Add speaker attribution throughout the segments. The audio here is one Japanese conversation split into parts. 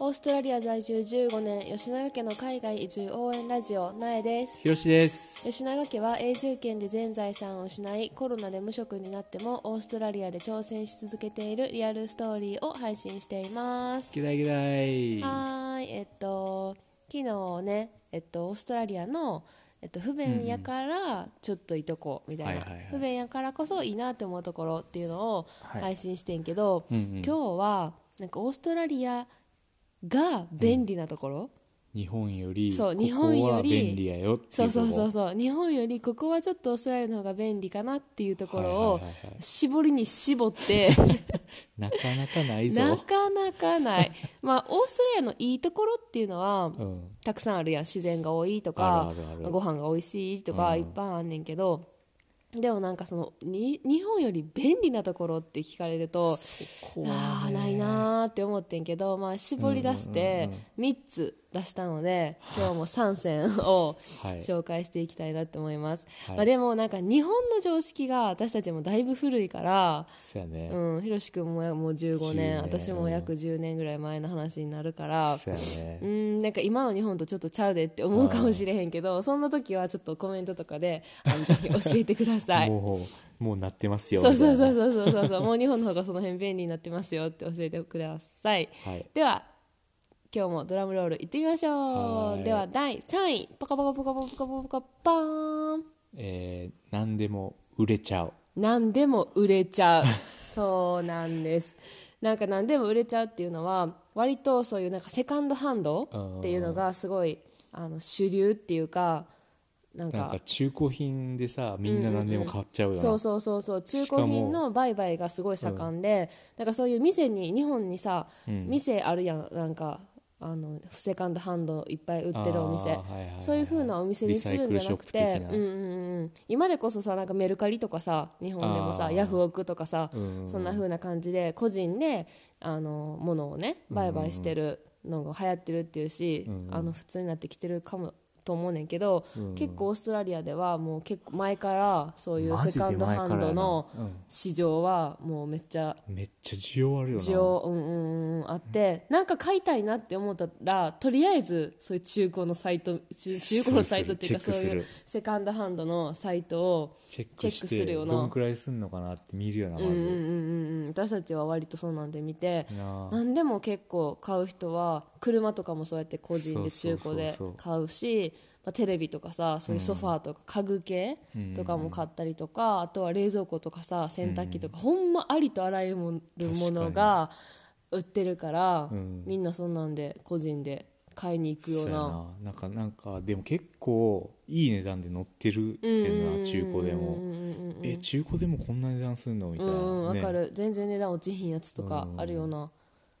Speaker 1: オーストラリア在住15年吉永家の海外移住応援ラジオなえです
Speaker 2: ひろしです。
Speaker 1: 吉永家は永住権で全財産を失いコロナで無職になってもオーストラリアで挑戦し続けているリアルストーリーを配信しています
Speaker 2: ゲダイゲダイ。
Speaker 1: はーい、えっと、昨日ね、えっと、オーストラリアの、えっと、不便やからちょっといとこみたいな、
Speaker 2: はいはいはい
Speaker 1: 不便やからこそいいなって思うところっていうのを
Speaker 2: はい
Speaker 1: 配信してんけど、
Speaker 2: うんうん
Speaker 1: 今日はなんかオーストラリアが便利なところ、
Speaker 2: 日本より、
Speaker 1: そう
Speaker 2: こ
Speaker 1: 日本
Speaker 2: こ
Speaker 1: よ
Speaker 2: は
Speaker 1: り
Speaker 2: 便利やよっていうと
Speaker 1: そう
Speaker 2: こ
Speaker 1: そうそうそう日本よりここはちょっとオーストラリアの方が便利かなっていうところ
Speaker 2: は
Speaker 1: を
Speaker 2: いはいはいは
Speaker 1: 絞りに絞って。
Speaker 2: なかなか ない
Speaker 1: な
Speaker 2: ぞ。
Speaker 1: かなかない、まあ、オーストラリアのいいところっていうのは、
Speaker 2: うん。
Speaker 1: たくさんあるやん自然が多いとか
Speaker 2: あるあるある
Speaker 1: ご飯が美味しいとか
Speaker 2: うん
Speaker 1: いっぱいあんねんけど、でもなんかそのに日本より便利なところって聞かれると、
Speaker 2: こ
Speaker 1: ああないなーって思ってんけど、まあ、絞り出して3つ出したので、今日も3選を
Speaker 2: はい。
Speaker 1: 紹介していきたいなと思います、
Speaker 2: はい
Speaker 1: まあ、でもなんか日本の常識が私たちもだいぶ古いから、
Speaker 2: そうやね。
Speaker 1: うん、ひろしくんもやもう15
Speaker 2: 10
Speaker 1: 年
Speaker 2: 年
Speaker 1: 私も約10年ぐらい前の話になるから、
Speaker 2: そうやね
Speaker 1: う。んなんか今の日本とちょっとちゃうでって思うかもしれへんけどそんな時はちょっとコメントとかであのぜひ教えてください。
Speaker 2: もう、もうなってますよ。
Speaker 1: そうそうそう
Speaker 2: み
Speaker 1: そうそうそうそうもう日本の方がその辺便利になってますよって教えてください、
Speaker 2: はい
Speaker 1: では今日もドラムロールいってみましょ
Speaker 2: は
Speaker 1: う
Speaker 2: い
Speaker 1: では第3位パカパカパカパカパカパカパーン
Speaker 2: たいな。えー、何でも売れちゃう。
Speaker 1: 何でも売れちゃうそうなんですなんか何でも売れちゃうっていうのは割とそういうなんかセカンドハンドっていうのがすごいあの主流っていうかなん
Speaker 2: なん
Speaker 1: か
Speaker 2: か中古品でさ、みんな何でも買っちゃうよな。
Speaker 1: そうそうそうそう中
Speaker 2: しか
Speaker 1: 古
Speaker 2: も
Speaker 1: 品の売買がすごい盛んで、なんかそういう店に日本にさ、店あるやんなんかあのセカンドハンドいっぱい売ってるお店、
Speaker 2: あーはいはいはい
Speaker 1: そういう風なお店にするんじゃなく
Speaker 2: リサイ
Speaker 1: て
Speaker 2: クルショップ
Speaker 1: うんう
Speaker 2: 的なん
Speaker 1: うん、今でこそさなんかメルカリとかさ日本でも
Speaker 2: あ
Speaker 1: さ
Speaker 2: ー
Speaker 1: ヤフオクとかさ、
Speaker 2: うん
Speaker 1: そんな風な感じで個人であの物をね売買してるのが流行ってるっていうし、あの普通になってきてるかも。と思うねんけど、結構オーストラリアではもう結構前からそういう
Speaker 2: マジ
Speaker 1: セ
Speaker 2: で
Speaker 1: カ
Speaker 2: 前
Speaker 1: ンド
Speaker 2: からや
Speaker 1: ハ
Speaker 2: な
Speaker 1: ンドの市場はもうめっちゃ
Speaker 2: めっちゃ需要あるよな。
Speaker 1: 需要うんうんうんあってなんか買いたいなって思ったらとりあえずそういう中古のサイト中中古のサイトっていうか
Speaker 2: す
Speaker 1: そ
Speaker 2: る
Speaker 1: う
Speaker 2: する
Speaker 1: いうセカンドハンドのサイトを
Speaker 2: チェックし
Speaker 1: チェックする
Speaker 2: て、
Speaker 1: よな
Speaker 2: どんくらいすんのかなって見るよな、まず。
Speaker 1: うんうんうんうん私たちは割とそうなんで見て
Speaker 2: なあ
Speaker 1: 何でも結構買う人は車とかもそうやって個人で
Speaker 2: そ
Speaker 1: 中
Speaker 2: うそうそうそう
Speaker 1: 古で買うしまあテレビとかさそういうソファーとか家具系とかも買ったりとかあとは冷蔵庫とかさ洗濯機とかほんまありとあらゆるものが売ってるから
Speaker 2: うん
Speaker 1: みんなそんなんで個人で買いに行くよ
Speaker 2: そううや
Speaker 1: な。
Speaker 2: ななんかなんかでも結構いい値段で乗ってるってんな中古で
Speaker 1: う
Speaker 2: も
Speaker 1: んうんうん
Speaker 2: え中古でもこんな値段すんのみたいな、
Speaker 1: うんわ
Speaker 2: ね
Speaker 1: かる全然値段落ちひんやつとかあるよな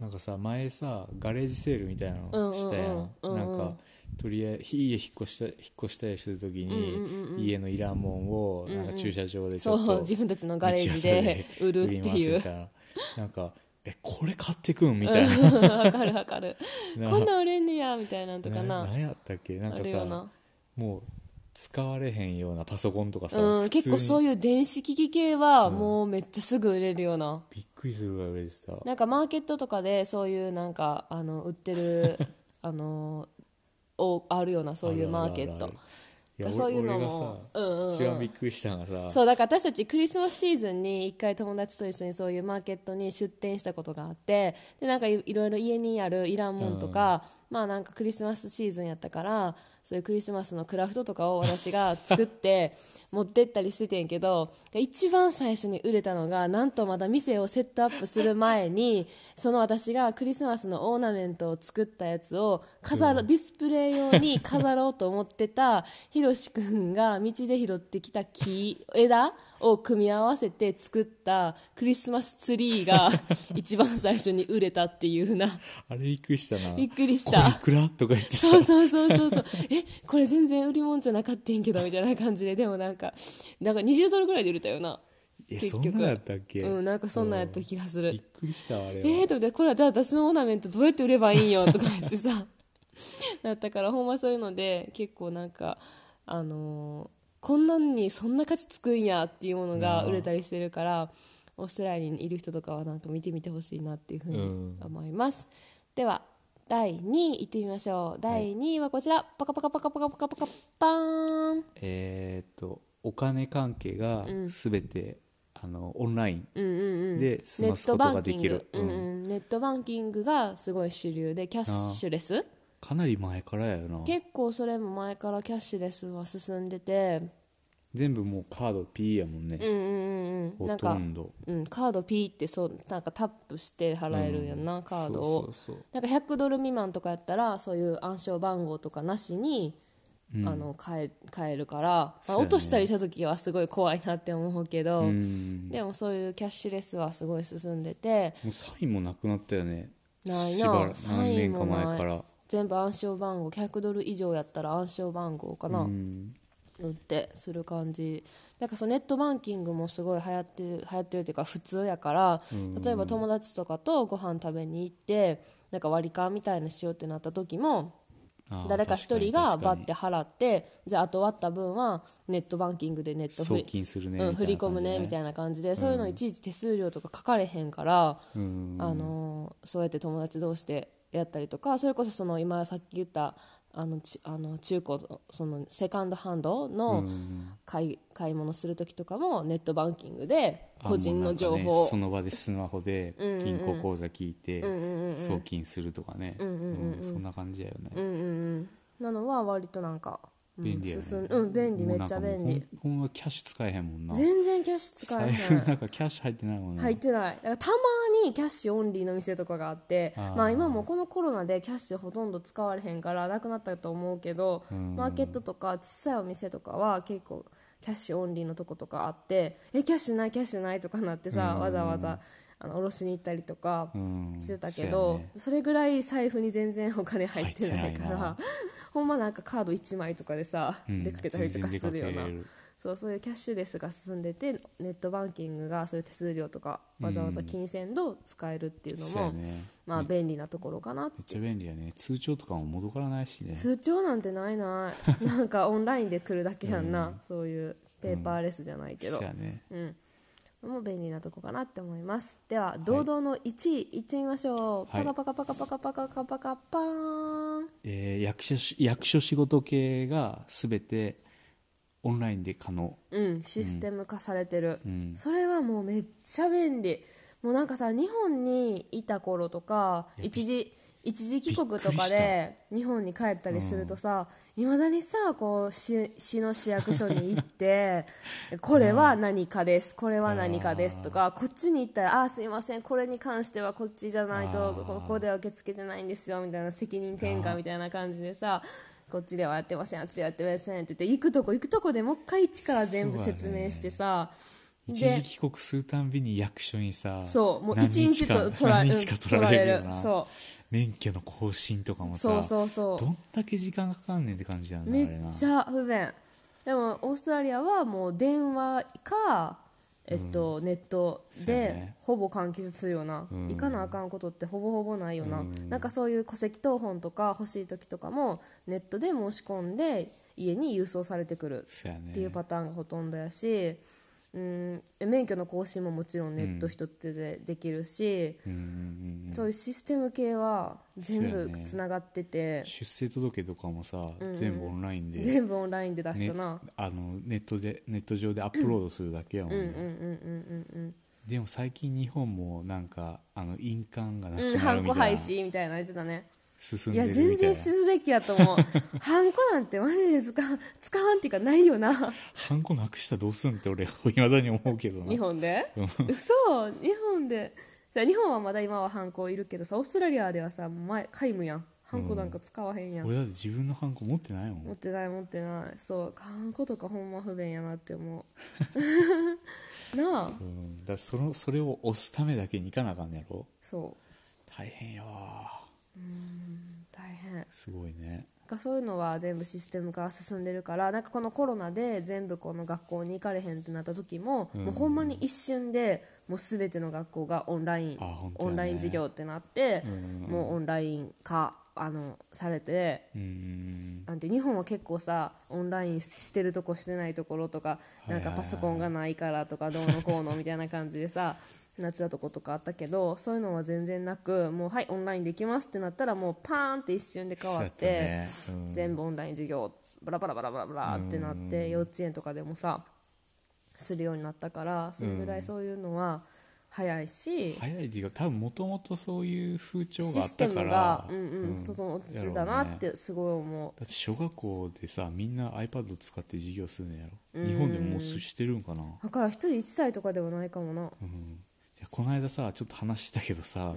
Speaker 2: なんかさ前さガレージセールみたいなのしたや
Speaker 1: うん
Speaker 2: ん,、
Speaker 1: うんうんうんうん
Speaker 2: なんかとりあえず家引っ越した引っ越したりするときに、家のいらんもんをなんか駐車場でちょっ
Speaker 1: そう
Speaker 2: と
Speaker 1: 自分たちのガレージで売るってい
Speaker 2: 売ります
Speaker 1: う
Speaker 2: みたいななんかえこれ買ってくんみたいな
Speaker 1: わかるわかる
Speaker 2: な
Speaker 1: こんなん売れんねやみたいなんとかな
Speaker 2: 何やったっけなん
Speaker 1: あ
Speaker 2: か
Speaker 1: るよ
Speaker 2: さ
Speaker 1: な
Speaker 2: もう使われへんようなパソコンとかさ、
Speaker 1: うん
Speaker 2: 普通
Speaker 1: 結
Speaker 2: に
Speaker 1: 構そういう電子機器系はもうめっちゃすぐ売れるよな、
Speaker 2: びっくりするぐらい売れてた
Speaker 1: なんかマーケットとかでそういうなんかあの売って るあのおあるようなそういうマーケッ
Speaker 2: あ
Speaker 1: ト
Speaker 2: るあるあるいや
Speaker 1: そういうの
Speaker 2: 俺
Speaker 1: も
Speaker 2: 俺
Speaker 1: うんうんうん
Speaker 2: がさ一番びっくりしたのがさ
Speaker 1: そうだから私たちクリスマスシーズンに一回友達と一緒にそういうマーケットに出店したことがあってでなんかいいろいろ家にあるいらんもんとか、まあなんかクリスマスシーズンやったからそういうクリスマスのクラフトとかを私が作って持ってったりしててんけど一番最初に売れたのがなんとまだ店をセットアップする前 にその私がクリスマスのオーナメントを作ったやつを飾ろうディスプレイ用に飾ろうと思ってたひろしくんが道で拾ってきた木枝を組み合わせて作ったクリスマスツリー が一番最初に売れたっていうな
Speaker 2: あれびっくりしたな
Speaker 1: びっくりした
Speaker 2: これいくらとか言ってさ
Speaker 1: そうそうそうそうそうえこれ全然売り物じゃなかったんけどみたいな感じででもなんかなんか20ドルぐらいで売れたよな
Speaker 2: え
Speaker 1: 結
Speaker 2: そ
Speaker 1: 局
Speaker 2: んなだったっけ
Speaker 1: うんなんかそんなんやった気がする
Speaker 2: びっくりしたわあれは
Speaker 1: えー、と思ってこれは私のオーナメントどうやって売ればいいんよとか言ってさなったからほんまそういうので結構なんかあのーこんなんにそんな価値つくんやっていうものが売れたりしてるからオーストラリアにいる人とかはなんか見てみてほしいなっていうふうに思います、では第2位いってみましょう第2位はこちら、パカパカパカパカパカパカパーン
Speaker 2: えーっとお金関係が全て、あのオンラインで済
Speaker 1: ネ
Speaker 2: ます
Speaker 1: ッ
Speaker 2: こ
Speaker 1: ト
Speaker 2: と
Speaker 1: バ
Speaker 2: が
Speaker 1: ンキ
Speaker 2: で
Speaker 1: ン
Speaker 2: き
Speaker 1: グ
Speaker 2: る、、
Speaker 1: うん
Speaker 2: うん
Speaker 1: うん、ネットバンキングがすごい主流でキャッシュレス
Speaker 2: かなり前からやよな
Speaker 1: 結構それも前からキャッシュレスは進んでて
Speaker 2: 全部もうカード P やもんね、
Speaker 1: うんうんうんうんな
Speaker 2: ほ
Speaker 1: んか
Speaker 2: とんど
Speaker 1: うん、カードピーってそうなんかタップして払えるやんな、カードを
Speaker 2: そうそうそう
Speaker 1: なんか100ドル未満とかやったらそういう暗証番号とかなしに、あの買え買えるから、
Speaker 2: そ
Speaker 1: まあ、
Speaker 2: うやね
Speaker 1: 落としたりした時はすごい怖いなって思うけど、
Speaker 2: うん
Speaker 1: でもそういうキャッシュレスはすごい進んでて
Speaker 2: もうサインもなくなったよね
Speaker 1: ない
Speaker 2: しばら
Speaker 1: な
Speaker 2: く
Speaker 1: サ
Speaker 2: 何
Speaker 1: イン
Speaker 2: 年
Speaker 1: も
Speaker 2: か前
Speaker 1: な
Speaker 2: か
Speaker 1: い
Speaker 2: ら
Speaker 1: 全部暗証番号100ドル以上やったら暗証番号かな、
Speaker 2: うん
Speaker 1: 打ってする感じなんかそうネットバンキングもすごい流行ってる流行ってるっていうか普通やから例えば友達とかとご飯食べに行ってなんか割り勘みたいにしようってなった時も
Speaker 2: あー
Speaker 1: 誰か一人が
Speaker 2: 確か
Speaker 1: バ
Speaker 2: に
Speaker 1: ッて払ってじゃああと割った分はネットバンキングでネット
Speaker 2: 送
Speaker 1: 振
Speaker 2: 金するね
Speaker 1: うん、振り込むねみたいな感じでそういうのいちいち手数料とか書かれへんから、
Speaker 2: な、うん、
Speaker 1: あのーそうやって友達同士でやったりとかそれこそその今さっき言ったあのちあの中古のそのセカンドハンドの買い,、買い物する時とかもネットバンキングで個人の情
Speaker 2: あもうなんかね
Speaker 1: 報、
Speaker 2: その場でスマホで銀行口座聞いて送金するとかねうんそんな感じだよね、
Speaker 1: なのは割となんか、うん、
Speaker 2: 便利やね
Speaker 1: 進んうん便利
Speaker 2: も
Speaker 1: め
Speaker 2: う
Speaker 1: っ
Speaker 2: なん
Speaker 1: ち
Speaker 2: か
Speaker 1: ゃ
Speaker 2: もう
Speaker 1: 便利
Speaker 2: ほんほんまキャッシュ使えへんもんな
Speaker 1: 全然キャッシュ使え
Speaker 2: 財
Speaker 1: へ
Speaker 2: 布
Speaker 1: ん
Speaker 2: なんかキャッシュ入ってないもんな、
Speaker 1: 入ってないだからたまにキャッシュオンリーの店とかがあって
Speaker 2: あー
Speaker 1: まあ、今もこのコロナでキャッシュほとんど使われへんからなくなったと思うけど、
Speaker 2: ん
Speaker 1: マーケットとか小さいお店とかは結構キャッシュオンリーのとことかあってえキャッシュないキャッシュないとかなってさ、わざわざあのおろしに行ったりとか
Speaker 2: うん
Speaker 1: してたけ
Speaker 2: そう
Speaker 1: ど、
Speaker 2: やね
Speaker 1: それぐらい財布に全然お金入ってないか
Speaker 2: 入ってない
Speaker 1: ら
Speaker 2: な
Speaker 1: ほんまなんかカード1枚とかでさ、
Speaker 2: うん
Speaker 1: 出かけたりとかするよう
Speaker 2: 全然出か
Speaker 1: な
Speaker 2: けれ。る
Speaker 1: そうそういうキャッシュレスが進んでてネットバンキングがそういう手数料とかわざわざ金銭で使えるっていうの
Speaker 2: そう
Speaker 1: も、
Speaker 2: やね
Speaker 1: まあ便利なところかな
Speaker 2: めっちゃ便利やね通帳とかも戻からないしね
Speaker 1: 通帳なんてないない なんかオンラインで来るだけやんな、そういうペーパーレスじゃないけど、
Speaker 2: そうやね
Speaker 1: もう便利なとこかなって思いますでは堂々の1位いってみましょう、
Speaker 2: はい
Speaker 1: パカパカパカパカパカパカパーン
Speaker 2: えー役所し役所仕事系が全てオンラインで可能
Speaker 1: うん、システム化されてる、それはもうめっちゃ便利もうなんかさ日本にいた頃とか一時一時帰国と
Speaker 2: びっくり
Speaker 1: か
Speaker 2: した
Speaker 1: で日本に帰ったりするとさいま、未だにさこう市市の市役所に行って これは何かですこれは何かですとかこっちに行ったらあーすいませんこれに関してはこっちじゃない
Speaker 2: あ
Speaker 1: と
Speaker 2: ー
Speaker 1: ここでは受け付けてないんですよみたいな責任転嫁みたいな感じでさこっちではやってませんあっちではやってませんって言って行くとこ行くとこでもう一回一から全部説明してさ、
Speaker 2: 一時
Speaker 1: で
Speaker 2: 帰国するたんびに役所にさ
Speaker 1: そうもう
Speaker 2: 何
Speaker 1: 一日
Speaker 2: か
Speaker 1: と取ら
Speaker 2: 何日
Speaker 1: う
Speaker 2: か
Speaker 1: ん
Speaker 2: 取られるよ
Speaker 1: 取られ
Speaker 2: な
Speaker 1: るそ
Speaker 2: 免許の更新とかもさ
Speaker 1: そうそうそう
Speaker 2: どんだけ時間かかんねんって感じやな
Speaker 1: め
Speaker 2: あ
Speaker 1: っ
Speaker 2: れな
Speaker 1: ちゃ不便でもオーストラリアはもう電話か、えっとネット
Speaker 2: そうや
Speaker 1: で
Speaker 2: ね
Speaker 1: ほぼ完結するような、行かなあかんことってほぼほぼないよな、なんかそういう戸籍謄本とか欲しい時とかもネットで申し込んで家に郵送されてくる
Speaker 2: そうやね
Speaker 1: っていうパターンがほとんどやし、うん、免許の更新ももちろんネット一つでできるし、
Speaker 2: うんうんうん
Speaker 1: そういうシステム系は全
Speaker 2: そうや
Speaker 1: 部
Speaker 2: ね
Speaker 1: つながってて、
Speaker 2: 出生届とかもさ、全部オンラインで、
Speaker 1: 全部オンラインで出し
Speaker 2: ね
Speaker 1: たな、
Speaker 2: あのネットでネット上でアップロードするだけやもんね、でも最近日本もなんかあの印鑑がなく
Speaker 1: うん、
Speaker 2: な
Speaker 1: ハ
Speaker 2: る
Speaker 1: ン
Speaker 2: み
Speaker 1: コ
Speaker 2: たい
Speaker 1: 廃
Speaker 2: な
Speaker 1: 止みたいなの言ってたね
Speaker 2: 進ん
Speaker 1: いや
Speaker 2: でるみたいな
Speaker 1: 全然しすべきやと思うハンコなんてマジで使わん 使わんっていうかないよ な
Speaker 2: ハンコなくしたらどうすんって 俺いまだに思うけどな
Speaker 1: 日本で嘘日本でさ日本はまだ今はハンコいるけどさオーストラリアではさ前皆無やんハンコなんか使わへんやん、
Speaker 2: 俺だって自分のハンコ持ってないもん
Speaker 1: 持ってない持ってないそうハンコとかほんま不便やなって思 う なあ
Speaker 2: うん、だからそのそれを押すためだけに行かなあかんのやろ
Speaker 1: そう
Speaker 2: 大変やわ
Speaker 1: 大変
Speaker 2: すごいね
Speaker 1: なんかそういうのは全部システム化が進んでるからなんかこのコロナで全部この学校に行かれへんってなった時も,、もうほんまに一瞬でもう全ての学校がオンライン、
Speaker 2: あ本当や
Speaker 1: オ
Speaker 2: ね
Speaker 1: ンライン授業ってなって、もうオンライン化あのされて
Speaker 2: うん
Speaker 1: なんて日本は結構さオンラインしてるとこしてないところとかなんかパソコンがないからとかどうのこうのみたいな感じでさ 夏だとことかあったけどそういうのは全然なくもうはいオンラインできますってなったらもうパーンって一瞬で変わって、
Speaker 2: そうやったねうん
Speaker 1: 全部オンライン授業バラバラバラバラバラってなって、幼稚園とかでもさするようになったからそれぐらいそういうのは早いし、
Speaker 2: 早いっていうか多分もともとそういう風潮が
Speaker 1: シ
Speaker 2: あ
Speaker 1: ス
Speaker 2: った
Speaker 1: テム
Speaker 2: から
Speaker 1: が、うんうん
Speaker 2: うん
Speaker 1: 整って
Speaker 2: やろう
Speaker 1: たな
Speaker 2: ね
Speaker 1: ってすごい思
Speaker 2: だって小学校でさみんな iPad 使って授業するのやろ日本でももうしてるんかな、
Speaker 1: うだから一人1歳とかではないかもな
Speaker 2: うん、いやこの間さちょっと話したけどさ、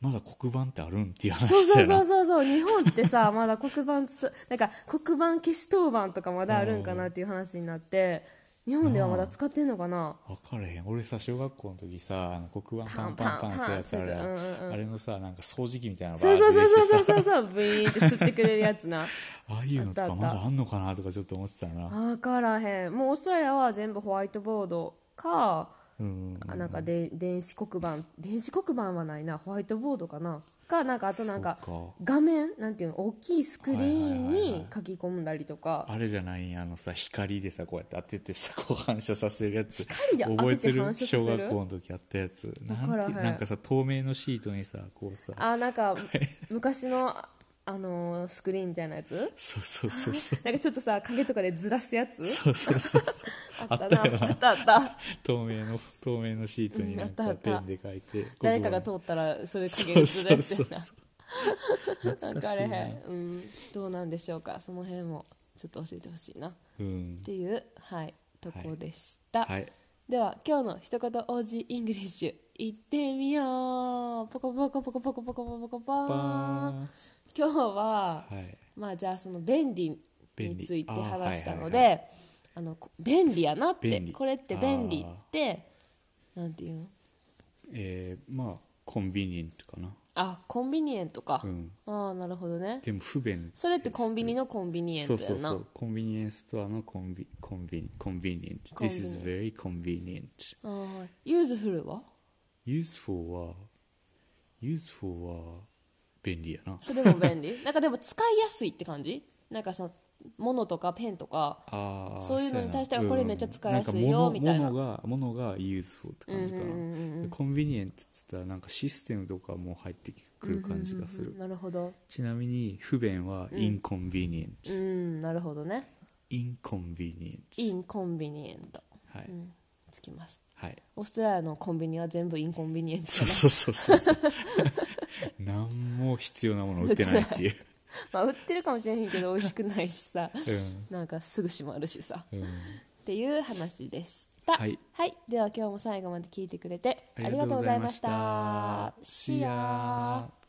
Speaker 2: まだ黒板ってあるんっていう
Speaker 1: そう
Speaker 2: 話した
Speaker 1: そ
Speaker 2: よ
Speaker 1: う
Speaker 2: な
Speaker 1: そうそうそう日本ってさまだ黒板つなんか黒板消し当番とかまだあるんかなっていう話になって日本ではまだ使ってんのかな
Speaker 2: 分からへん俺さ小学校の時さあの黒板パンパンパン
Speaker 1: パンパン
Speaker 2: するやつあるやん
Speaker 1: パンするうんうんうん
Speaker 2: あれのさなんか掃除機みたいなの
Speaker 1: そうそうそう
Speaker 2: バーって出て
Speaker 1: そうそうそう そうブイーンって吸ってくれるやつな
Speaker 2: ああいうのと
Speaker 1: あったあ
Speaker 2: か
Speaker 1: っ
Speaker 2: ま
Speaker 1: た
Speaker 2: だあんのかなとかちょっと思ってたな
Speaker 1: 分からへんもうオーストラリアは全部ホワイトボードか
Speaker 2: うん
Speaker 1: あなんかで電子黒板電子黒板はないなホワイトボードかなかなんかあとなんか
Speaker 2: そっか
Speaker 1: 画面なんていうの大きいスクリーン
Speaker 2: はいはいはいは
Speaker 1: に
Speaker 2: い
Speaker 1: 書き込んだりとか
Speaker 2: あれじゃないあのさ光でさこうやって当ててさ こう反射させるやつ
Speaker 1: 光で当てて
Speaker 2: 覚えてる
Speaker 1: 反射させる
Speaker 2: 小学校の時やったやつなん
Speaker 1: からへ
Speaker 2: て
Speaker 1: ん
Speaker 2: なんかさ透明のシートにさこうさ
Speaker 1: あなん か昔のあのースクリーンみたいなやつ
Speaker 2: そうそうそうそう
Speaker 1: なんかちょっとさ影とかでずらすやつ
Speaker 2: そうそうそう
Speaker 1: あったなあったあ った
Speaker 2: 透明の透明のシートになん
Speaker 1: うんあ
Speaker 2: か
Speaker 1: った
Speaker 2: ペ
Speaker 1: あった
Speaker 2: ンで書いて
Speaker 1: 誰かが通
Speaker 2: こ
Speaker 1: ったらそれ
Speaker 2: こ
Speaker 1: 影ずら
Speaker 2: そう
Speaker 1: す
Speaker 2: そ
Speaker 1: やつ
Speaker 2: うそう
Speaker 1: な
Speaker 2: そう懐
Speaker 1: 分
Speaker 2: か
Speaker 1: か
Speaker 2: し
Speaker 1: れへ
Speaker 2: い
Speaker 1: ん
Speaker 2: な、
Speaker 1: うん、どうなんでしょうかその辺もちょっと教えてほしいなっ
Speaker 2: うん、
Speaker 1: ていうはいとこでした、
Speaker 2: はい
Speaker 1: では今日の一言 OG イングリッシュ行ってみようポコポコポコポコポコポコポコポー
Speaker 2: バー
Speaker 1: ン
Speaker 2: ン
Speaker 1: 今日は、
Speaker 2: はい
Speaker 1: まあじゃあその便利
Speaker 2: 便利
Speaker 1: について話したの
Speaker 2: あーはいはい
Speaker 1: であのこ便利やなって
Speaker 2: 便利
Speaker 1: これって便利ってなんていうの
Speaker 2: えー、まあコンビニエントかな
Speaker 1: あコンビニエントか、
Speaker 2: うん
Speaker 1: ああなるほどね
Speaker 2: でも不便
Speaker 1: それってコンビニのコンビニエント
Speaker 2: そ
Speaker 1: や
Speaker 2: う
Speaker 1: な
Speaker 2: そうそうコンビニエンスストアのコンビコンビニコンビニエント This is very convenient
Speaker 1: あーユーズフルは
Speaker 2: useful は useful は便利やな
Speaker 1: それも便利 なんかでも使いやすいって感じなんかさ物とかペンとか
Speaker 2: あー
Speaker 1: そういうのに対しては
Speaker 2: そうやな
Speaker 1: これめっちゃ使いやすいよ
Speaker 2: うん
Speaker 1: みたいな
Speaker 2: なんか物物が物が useful って感じかな、コンビニエントっつったらなんかシステムとかも入ってくる感じがする、
Speaker 1: なるほど
Speaker 2: ちなみに不便は inconvenient、
Speaker 1: うんなるほどね
Speaker 2: inconvenient
Speaker 1: インコンビニエント
Speaker 2: はい、
Speaker 1: つきます
Speaker 2: はい
Speaker 1: オーストラリアのコンビニは全部インコンビニエント
Speaker 2: そうそうそうそうそう 何も必要なもの売ってないって いう、
Speaker 1: まあ売ってるかもしれへんけど美味しくないしさ
Speaker 2: うん
Speaker 1: なんかすぐ閉まるしさ
Speaker 2: うん
Speaker 1: っていう話でした
Speaker 2: はい、
Speaker 1: では今日も最後まで聞いてくれてあ
Speaker 2: あ
Speaker 1: り
Speaker 2: り
Speaker 1: が
Speaker 2: が
Speaker 1: と
Speaker 2: と
Speaker 1: う
Speaker 2: う
Speaker 1: ご
Speaker 2: ご
Speaker 1: ざ
Speaker 2: ざ
Speaker 1: い
Speaker 2: い
Speaker 1: ま
Speaker 2: ま
Speaker 1: し
Speaker 2: した
Speaker 1: See
Speaker 2: た
Speaker 1: ya